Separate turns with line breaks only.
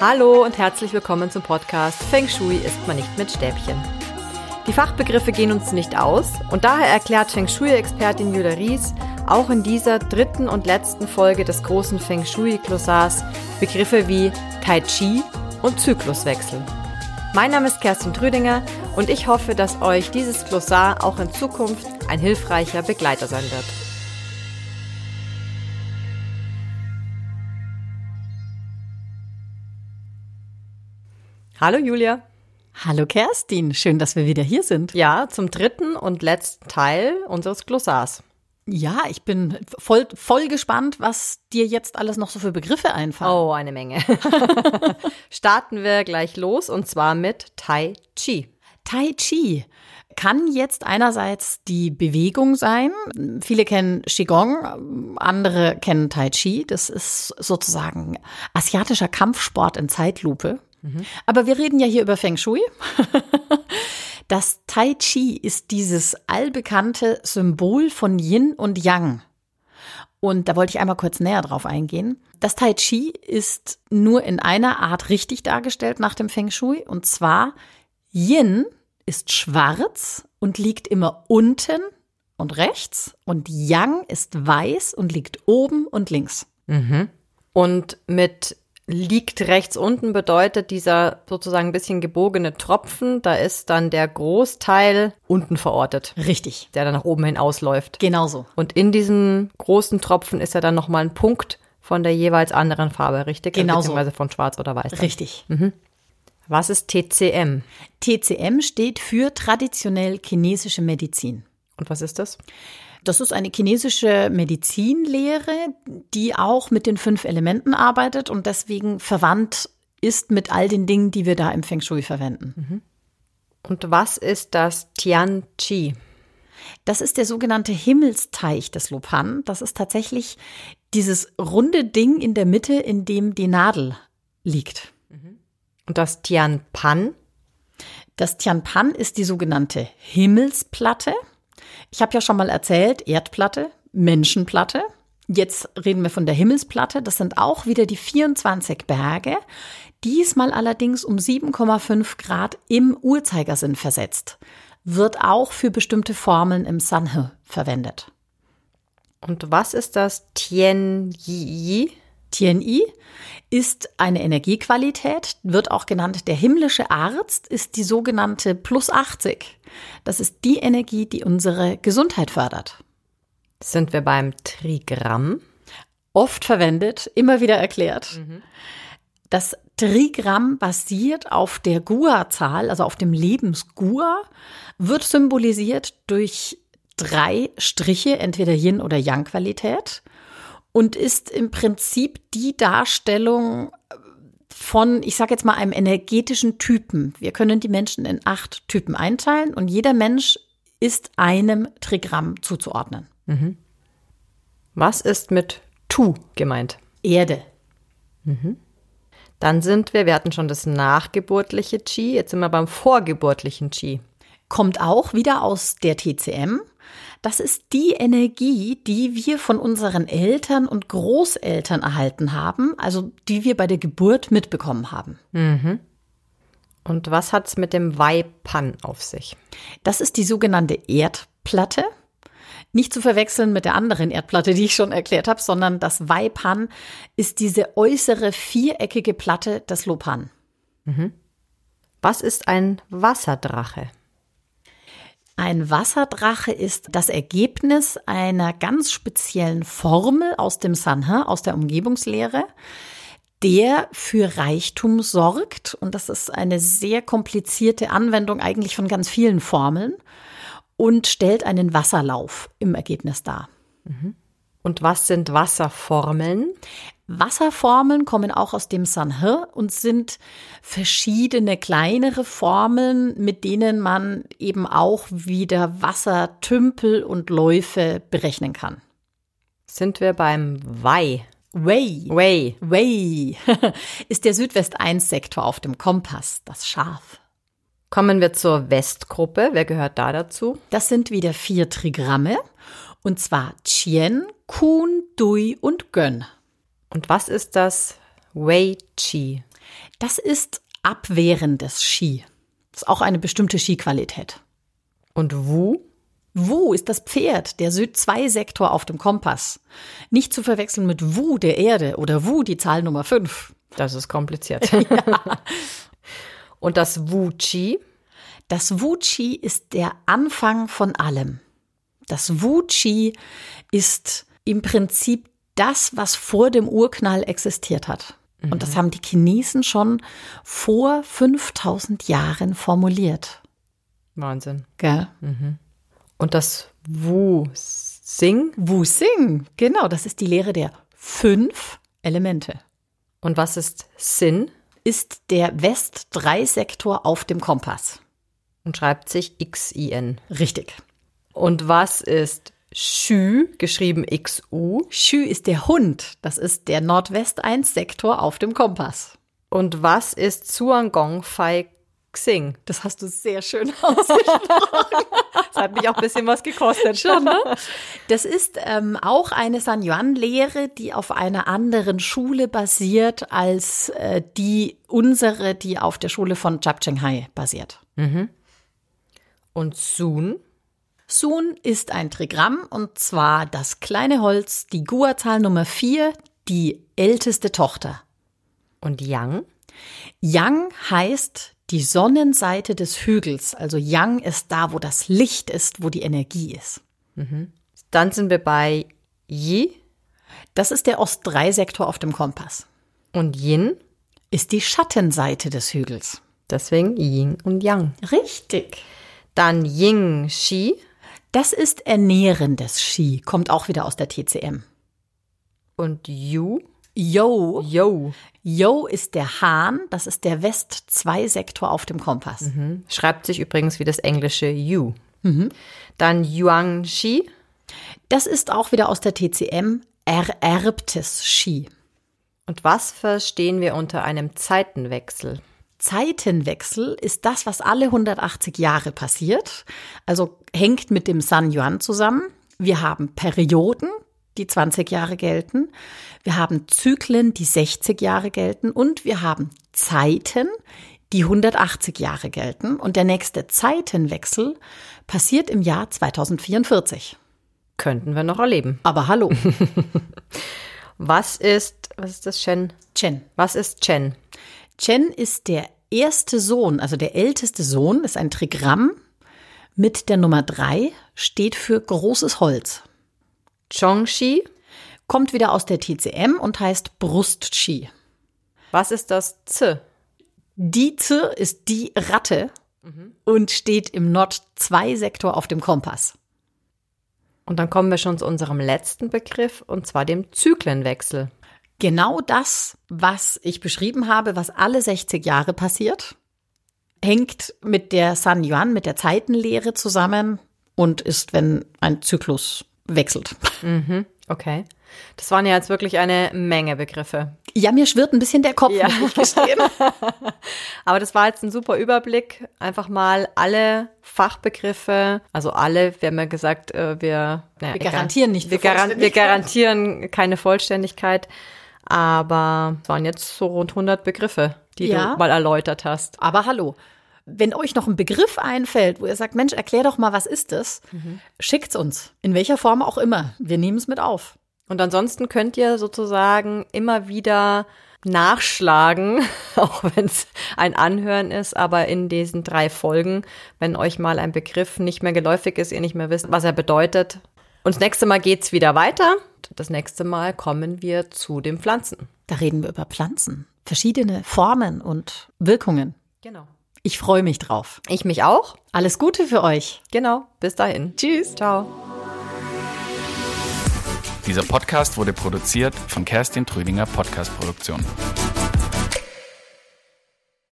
Hallo und herzlich willkommen zum Podcast Feng Shui isst man nicht mit Stäbchen. Die Fachbegriffe gehen uns nicht aus und daher erklärt Feng Shui-Expertin Jüda Ries auch in dieser dritten und letzten Folge des großen Feng Shui-Glossars Begriffe wie Tai Chi und Zykluswechsel. Mein Name ist Kerstin Trüdinger und ich hoffe, dass euch dieses Glossar auch in Zukunft ein hilfreicher Begleiter sein wird. Hallo Julia.
Hallo Kerstin, schön, dass wir wieder hier sind.
Ja, zum dritten und letzten Teil unseres Glossars.
Ja, ich bin voll, voll gespannt, was dir jetzt alles noch so für Begriffe einfallen.
Oh, eine Menge. Starten wir gleich los und zwar mit Tai Chi.
Tai Chi kann jetzt einerseits die Bewegung sein. Viele kennen Qigong, andere kennen Tai Chi. Das ist sozusagen asiatischer Kampfsport in Zeitlupe. Aber wir reden ja hier über Feng Shui. Das Tai Chi ist dieses allbekannte Symbol von Yin und Yang. Und da wollte ich einmal kurz näher drauf eingehen. Das Tai Chi ist nur in einer Art richtig dargestellt nach dem Feng Shui. Und zwar Yin ist schwarz und liegt immer unten und rechts. Und Yang ist weiß und liegt oben und links. Mhm.
Und mit liegt rechts unten bedeutet dieser sozusagen ein bisschen gebogene Tropfen, da ist dann der Großteil unten verortet,
Richtig.
der dann nach oben hin ausläuft.
Genau so.
Und in diesem großen Tropfen ist ja dann nochmal ein Punkt von der jeweils anderen Farbe, richtig? Also
Genau so.
Beziehungsweise von schwarz oder weiß. dann.
Richtig.
Was ist TCM?
TCM steht für traditionell chinesische Medizin.
Und was ist das?
Das ist eine chinesische Medizinlehre, die auch mit den fünf Elementen arbeitet und deswegen verwandt ist mit all den Dingen, die wir da im Feng Shui verwenden.
Und was ist das Tian Chi?
Das ist der sogenannte Himmelsteich des Lopan. Das ist tatsächlich dieses runde Ding in der Mitte, in dem die Nadel liegt.
Und das Tian Pan?
Das Tianpan ist die sogenannte Himmelsplatte. Ich habe ja schon mal erzählt, Erdplatte, Menschenplatte. Jetzt reden wir von der Himmelsplatte. Das sind auch wieder die 24 Berge, diesmal allerdings um 7,5 Grad im Uhrzeigersinn versetzt. Wird auch für bestimmte Formeln im Sanhe verwendet.
Und was ist das Tian Yi? Yi?
TNI ist eine Energiequalität, wird auch genannt der himmlische Arzt, ist die sogenannte plus 80. Das ist die Energie, die unsere Gesundheit fördert.
Sind wir beim Trigramm?
Oft verwendet, immer wieder erklärt. Das Trigramm basiert auf der Gua-Zahl, also auf dem Lebensgua, wird symbolisiert durch drei Striche, entweder Yin- oder Yang-Qualität. und ist im Prinzip die Darstellung äh, von, ich sage jetzt mal, einem energetischen Typen. Wir können die Menschen in acht Typen einteilen und jeder Mensch ist einem Trigramm zuzuordnen.
Was ist mit Tu gemeint?
Erde.
Dann sind wir, wir hatten schon das nachgeburtliche Qi, jetzt sind wir beim vorgeburtlichen Qi.
kommt auch wieder aus der TCM. Das ist die Energie, die wir von unseren Eltern und Großeltern erhalten haben, also die wir bei der Geburt mitbekommen haben.
Und was hat's mit dem Wei-Pan auf sich?
Das ist die sogenannte Erdplatte. Nicht zu verwechseln mit der anderen Erdplatte, die ich schon erklärt habe, sondern das Weipan ist diese äußere viereckige Platte des Lopan.
Was ist ein Wasserdrache?
Ein Wasserdrache ist das Ergebnis einer ganz speziellen Formel aus dem Sanha, aus der Umgebungslehre, der für Reichtum sorgt. Und das ist eine sehr komplizierte Anwendung eigentlich von ganz vielen Formeln und stellt einen Wasserlauf im Ergebnis dar.
Und was sind Wasserformeln?
Wasserformeln kommen auch aus dem Sanhe und sind verschiedene kleinere Formeln, mit denen man eben auch wieder Wassertümpel und Läufe berechnen kann.
Sind wir beim Wei?
Wei.
Wei.
Wei ist der Südwest-1-Sektor auf dem Kompass, das Schaf.
Kommen wir zur Westgruppe. Wer gehört da dazu?
Das sind wieder vier Trigramme, und zwar Chien, Kun, Dui und Gön.
Und was ist das Wei-Qi?
Das ist abwehrendes Ski. Das ist auch eine bestimmte Skiqualität.
Und Wu?
Wu ist das Pferd, der Süd-2-Sektor auf dem Kompass. Nicht zu verwechseln mit Wu der Erde oder Wu die Zahl Nummer 5.
Das ist kompliziert. Und das Wu-Chi?
Das Wu-Chi ist der Anfang von allem. Das Wu-Chi ist im Prinzip das, was vor dem Urknall existiert hat. Und das haben die Chinesen schon vor 5000 Jahren formuliert.
Wahnsinn.
Gell?
Und das Wu-Sing?
Wu Sing, genau, das ist die Lehre der fünf Elemente.
Und was ist Sin?
Ist der West-3-Sektor auf dem Kompass.
Und schreibt sich X-I-N.
Richtig.
Und was ist Xu, geschrieben X-U?
Xu ist der Hund, das ist der Nordwest-1-Sektor auf dem Kompass.
Und was ist Zuangong Fai Xing?
Das hast du sehr schön ausgesprochen.
Das hat mich auch ein bisschen was gekostet.
Schon, ne? Das ist ähm, auch eine San Yuan-Lehre, die auf einer anderen Schule basiert als äh, die unsere, die auf der Schule von Chapcheng Hai basiert.
Und Sun?
Sun ist ein Trigramm und zwar das kleine Holz, die Gua-Zahl Nummer 4, die älteste Tochter.
Und Yang?
Yang heißt die Sonnenseite des Hügels. Also Yang ist da, wo das Licht ist, wo die Energie ist.
Dann sind wir bei Yi
Das ist der Ost-3-Sektor auf dem Kompass.
und Yin.
Ist die Schattenseite des Hügels.
Deswegen Yin und Yang.
Richtig.
Dann Ying Shi.
Das ist ernährendes Ski, kommt auch wieder aus der TCM.
Und Yu.
Yo,
Yo.
Yo ist der Hahn, das ist der West-2-Sektor auf dem Kompass.
Hm. Schreibt sich übrigens wie das englische Yu. Dann Yuang Shi.
Das ist auch wieder aus der TCM ererbtes Ski.
Und was verstehen wir unter einem Zeitenwechsel?
Zeitenwechsel ist das, was alle 180 Jahre passiert. Also hängt mit dem San Yuan zusammen. Wir haben Perioden, die 20 Jahre gelten. Wir haben Zyklen, die 60 Jahre gelten. Und wir haben Zeiten, die 180 Jahre gelten. Und der nächste Zeitenwechsel passiert im Jahr 2044.
Könnten wir noch erleben.
Aber hallo,
Was ist, was ist das Shen?
Chen.
Was ist Chen?
Chen ist der erste Sohn, also der älteste Sohn, ist ein Trigramm mit der Nummer 3, steht für großes Holz.
Chongxi?
Kommt wieder aus der TCM und heißt Brustski.
Was ist das Z?
Die Z ist die Ratte und steht im Nord-2-Sektor auf dem Kompass.
Und dann kommen wir schon zu unserem letzten Begriff und zwar dem Zyklenwechsel.
Genau das, was ich beschrieben habe, was alle 60 Jahre passiert, hängt mit der San Yuan, mit der Zeitenlehre zusammen und ist, wenn ein Zyklus wechselt.
Okay. Das waren ja jetzt wirklich eine Menge Begriffe.
Ja, mir schwirrt ein bisschen der Kopf, muss ich gestehen.
Aber das war jetzt ein super Überblick. Einfach mal alle Fachbegriffe, also alle, wir haben ja gesagt, äh, wir, naja,
Wir garantieren nicht
wir,
für
garan wir
Vollständigkeit.
garantieren keine Vollständigkeit. Aber es waren jetzt so rund 100 Begriffe, die
Ja.
du mal erläutert hast.
Aber hallo, wenn euch noch ein Begriff einfällt, wo ihr sagt, Mensch, erklär doch mal, was ist das?
Mhm.
Schickt's uns. In welcher Form auch immer. Wir nehmen es mit auf.
Und ansonsten könnt ihr sozusagen immer wieder nachschlagen, auch wenn es ein Anhören ist, aber in diesen drei Folgen, wenn euch mal ein Begriff nicht mehr geläufig ist, ihr nicht mehr wisst, was er bedeutet. Und das nächste Mal geht's wieder weiter. Das nächste Mal kommen wir zu den Pflanzen.
Da reden wir über Pflanzen, verschiedene Formen und Wirkungen.
Genau.
Ich freue mich drauf.
Ich mich auch.
Alles Gute für euch.
Genau. Bis dahin. Tschüss. Ciao.
Dieser Podcast wurde produziert von Kerstin Trüdinger Podcast Produktion.